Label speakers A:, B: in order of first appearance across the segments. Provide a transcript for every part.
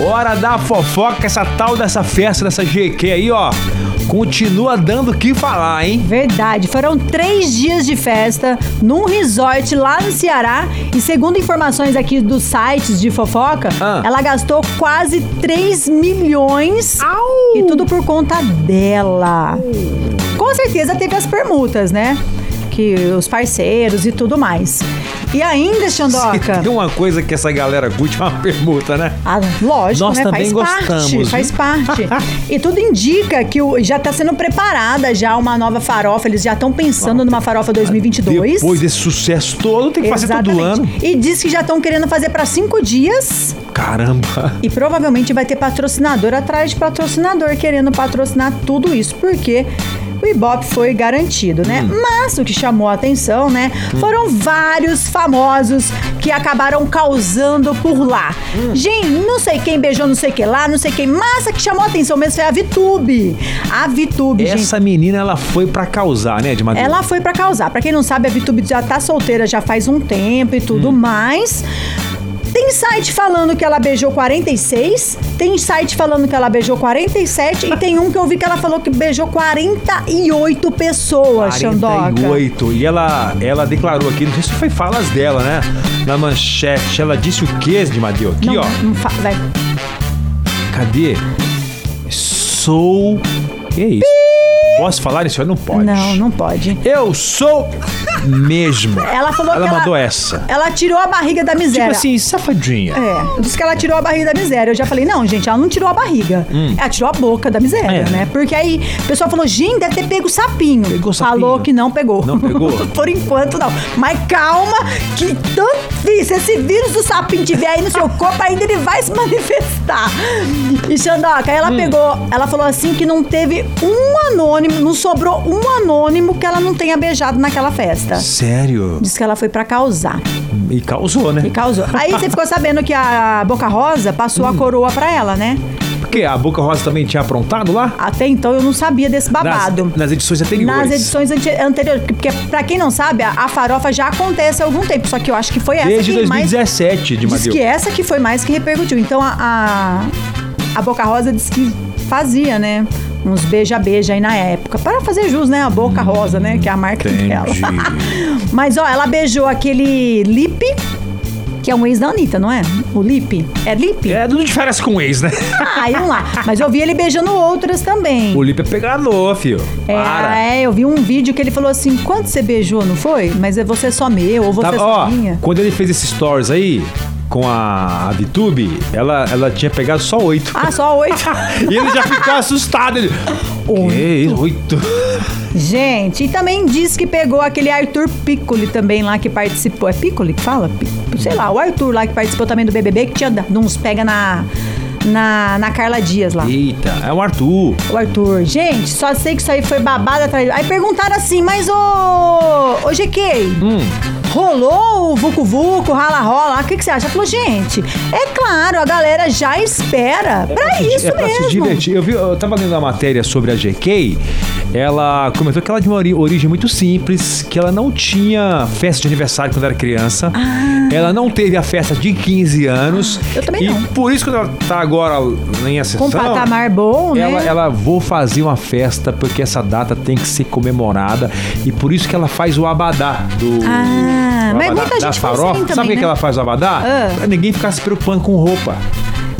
A: Hora da fofoca, essa tal dessa festa, dessa GQ aí, ó. Continua dando o que falar, hein?
B: Verdade, foram três dias de festa num resort lá no Ceará e segundo informações aqui dos sites de fofoca,
A: Ah.
B: ela gastou quase 3 milhões e tudo por conta dela. Com certeza teve as permutas, né? Que os parceiros e tudo mais. E ainda,
A: Se
B: Xandoca...
A: Tem uma coisa que essa galera curte, é uma permuta, né?
B: Ah, lógico,
A: Nós
B: né?
A: também
B: faz
A: gostamos,
B: parte, faz parte. e tudo indica que o- já está sendo preparada já uma nova farofa, eles já estão pensando numa farofa 2022.
A: Depois desse sucesso todo, tem que fazer todo ano.
B: Exatamente. E diz que já estão querendo fazer para cinco dias
A: Caramba.
B: e provavelmente vai ter patrocinador atrás de patrocinador querendo patrocinar tudo isso, porque o Ibope foi garantido, né? Mas o que chamou a atenção, né? Foram vários famosos que acabaram causando por lá. Gente, não sei quem beijou não sei o que lá, não sei quem. Mas a que chamou a atenção mesmo foi a Vitube. A Vitube, gente.
A: Essa menina, ela foi pra causar, né, de madeira?
B: Ela foi pra causar. Pra quem não sabe, a VTube já tá solteira já faz um tempo e tudo
A: Hum.
B: mais. Tem site falando que ela beijou 46, tem site falando que ela beijou 47 e tem um que eu vi que ela falou que beijou 48 pessoas, é Xandoca.
A: 48. E ela, ela declarou aqui, não sei se foi falas dela, né? Na manchete. Ela disse o quê, de Madeu? Aqui,
B: Não,
A: ó.
B: não fa- vai.
A: Cadê? Sou. Que é isso? Posso falar isso? Eu não pode.
B: Não, não pode.
A: Eu sou mesmo.
B: Ela falou
A: ela
B: que ela-
A: mandou essa.
B: Ela tirou a barriga da
A: Tipo
B: miséria.
A: assim, safadinha.
B: É, disse que ela tirou a barriga da miséria. Eu já falei, não, gente, ela não tirou a barriga. Ela tirou a boca da miséria,
A: Hum. É.
B: né? Porque aí o pessoal falou, gente, deve ter pego o sapinho.
A: Pegou sapinho.
B: Falou que não pegou.
A: Não pegou?
B: Por enquanto, não. Mas calma, que tanto. Fih, Se esse vírus do sapinho tiver aí no seu corpo, ainda ele vai se manifestar. E Xandoca, ela
A: Hum.
B: pegou, ela falou assim que não teve um anônimo, não sobrou um anônimo que ela não tenha beijado naquela festa.
A: Sério.
B: Diz que ela foi pra causar.
A: E causou, né?
B: E causou. Aí você ficou sabendo que a Boca Rosa passou a coroa pra ela, né?
A: Porque a Boca Rosa também tinha aprontado lá?
B: Até então eu não sabia desse babado.
A: Nas, nas edições anteriores.
B: Nas edições ante- anteriores. Porque, pra quem não sabe, a, a farofa já acontece há algum tempo. Só que eu acho que foi essa
A: Desde
B: que mais.
A: 2017, de
B: Diz
A: Madeu.
B: que essa que foi mais que repercutiu. Então a, a, a Boca Rosa disse que fazia, né? Uns beija-beija aí na época. Para fazer jus, né? A Boca
A: Hum.
B: Rosa, né? Que é a marca dela. Mas, ó, ela beijou aquele Lipe, que é um ex da Anitta, não é? O Lipe. É Lipe?
A: É, tudo de férias com ex, né?
B: Ah, e um lá. Mas eu vi ele beijando outras também.
A: O Lipe é pegador, filho.
B: É,
A: Para.
B: é, eu vi um vídeo que ele falou assim: quanto você beijou, não foi? Mas é você só meu, ou você
A: Tava-
B: só
A: Tá, ó,
B: minha.
A: quando ele fez esses stories aí, com a, a VTube, ela, ela tinha pegado só oito.
B: Ah, só oito.
A: E ele já ficou assustado. Ele.
B: Oito?
A: "Que isso, oito.
B: Gente, e também diz que pegou aquele Arthur Piccoli também lá que participou. É Piccoli que fala? Pi- Sei lá, o Arthur lá que participou também do BBB, que tinha dado uns pega na, na, na Carla Dias lá.
A: Eita, é um Arthur.
B: O Arthur, gente, só sei que isso aí foi babada atrás. Aí perguntaram assim, mas ô. Ô, GK,
A: Hum.
B: rolou o Vucu Vucu, rala rola, o que, que você acha? Ela falou, gente, é claro, a galera já espera pra
A: se-
B: isso
A: é pra se
B: mesmo.
A: divertir. Eu, vi, eu tava lendo a matéria sobre a GK. Ela comentou que ela é de uma ori- origem muito simples, que ela não tinha festa de aniversário quando era criança. Ela não teve a festa de 15 anos.
B: Ah. Eu também
A: e
B: não.
A: por isso que ela tá agora em ascensão.
B: Com um patamar bom, né?
A: Ela, ela vou fazer uma festa porque essa data tem que ser comemorada e por isso que ela faz o abadá do.
B: Ah,
A: o
B: mas
A: abadá
B: muita
A: da
B: gente faz
A: farofa.
B: assim também,
A: Sabe o que
B: né?
A: que ela faz o abadá?
B: Ah.
A: Pra ninguém ficar se preocupando com roupa.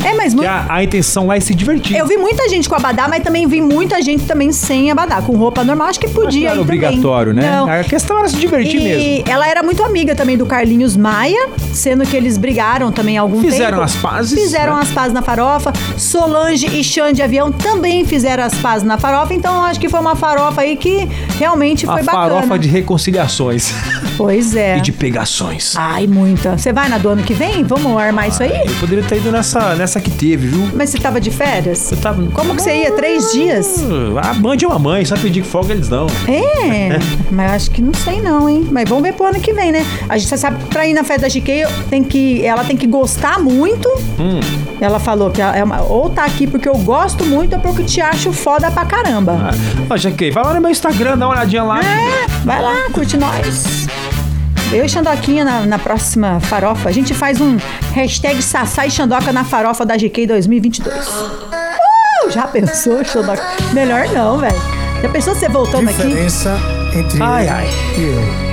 B: É, mas
A: Que
B: muito.
A: a, a intenção lá é se divertir.
B: Eu vi muita gente com abadá, mas também vi muita gente também sem abadá, com roupa normal. Acho que
A: Mas não
B: podia
A: era
B: aí também.
A: obrigatório, né?
B: Não.
A: A questão era se divertir
B: e
A: mesmo.
B: ela era muito amiga também do Carlinhos Maia, sendo que eles brigaram também há algum
A: Fizeram
B: tempo.
A: as pazes,
B: Fizeram
A: né?
B: as pazes na farofa. Solange e Xande Avião também fizeram as pazes na farofa. Então, eu acho que foi uma farofa aí que realmente
A: A
B: foi
A: farofa
B: bacana.
A: de reconciliações
B: Pois é.
A: e de pegações.
B: Ai, muita. Você vai na do ano que vem? Vamos armar isso aí?
A: Eu poderia ter ido nessa, nessa que teve, viu?
B: Mas você tava de férias?
A: Eu tava-
B: Como que você ia? Três dias?
A: Ah, A mãe de uma mãe, só pedir que folga eles dão.
B: É, mas eu acho que não sei não, hein? Mas vamos ver pro ano que vem, né? A gente só sabe que pra ir na festa da GK, tem que, ela tem que gostar muito. Ela falou que ela é uma- ou tá aqui porque eu gosto muito ou porque eu te acho foda pra caramba. Ah,
A: Ah, GK, vai lá no meu Instagram, dá uma olhadinha lá.
B: É, vai lá, curte nós. Eu e Xandoquinha na, na próxima farofa, a gente faz um hashtag Sassá e Xandoca na farofa da GK 2022. Uh, já pensou, Xandoca? Melhor não, velho. Já pensou você voltando aqui?
C: Diferença entre
A: Ai,
C: ele
A: ai.
C: e eu.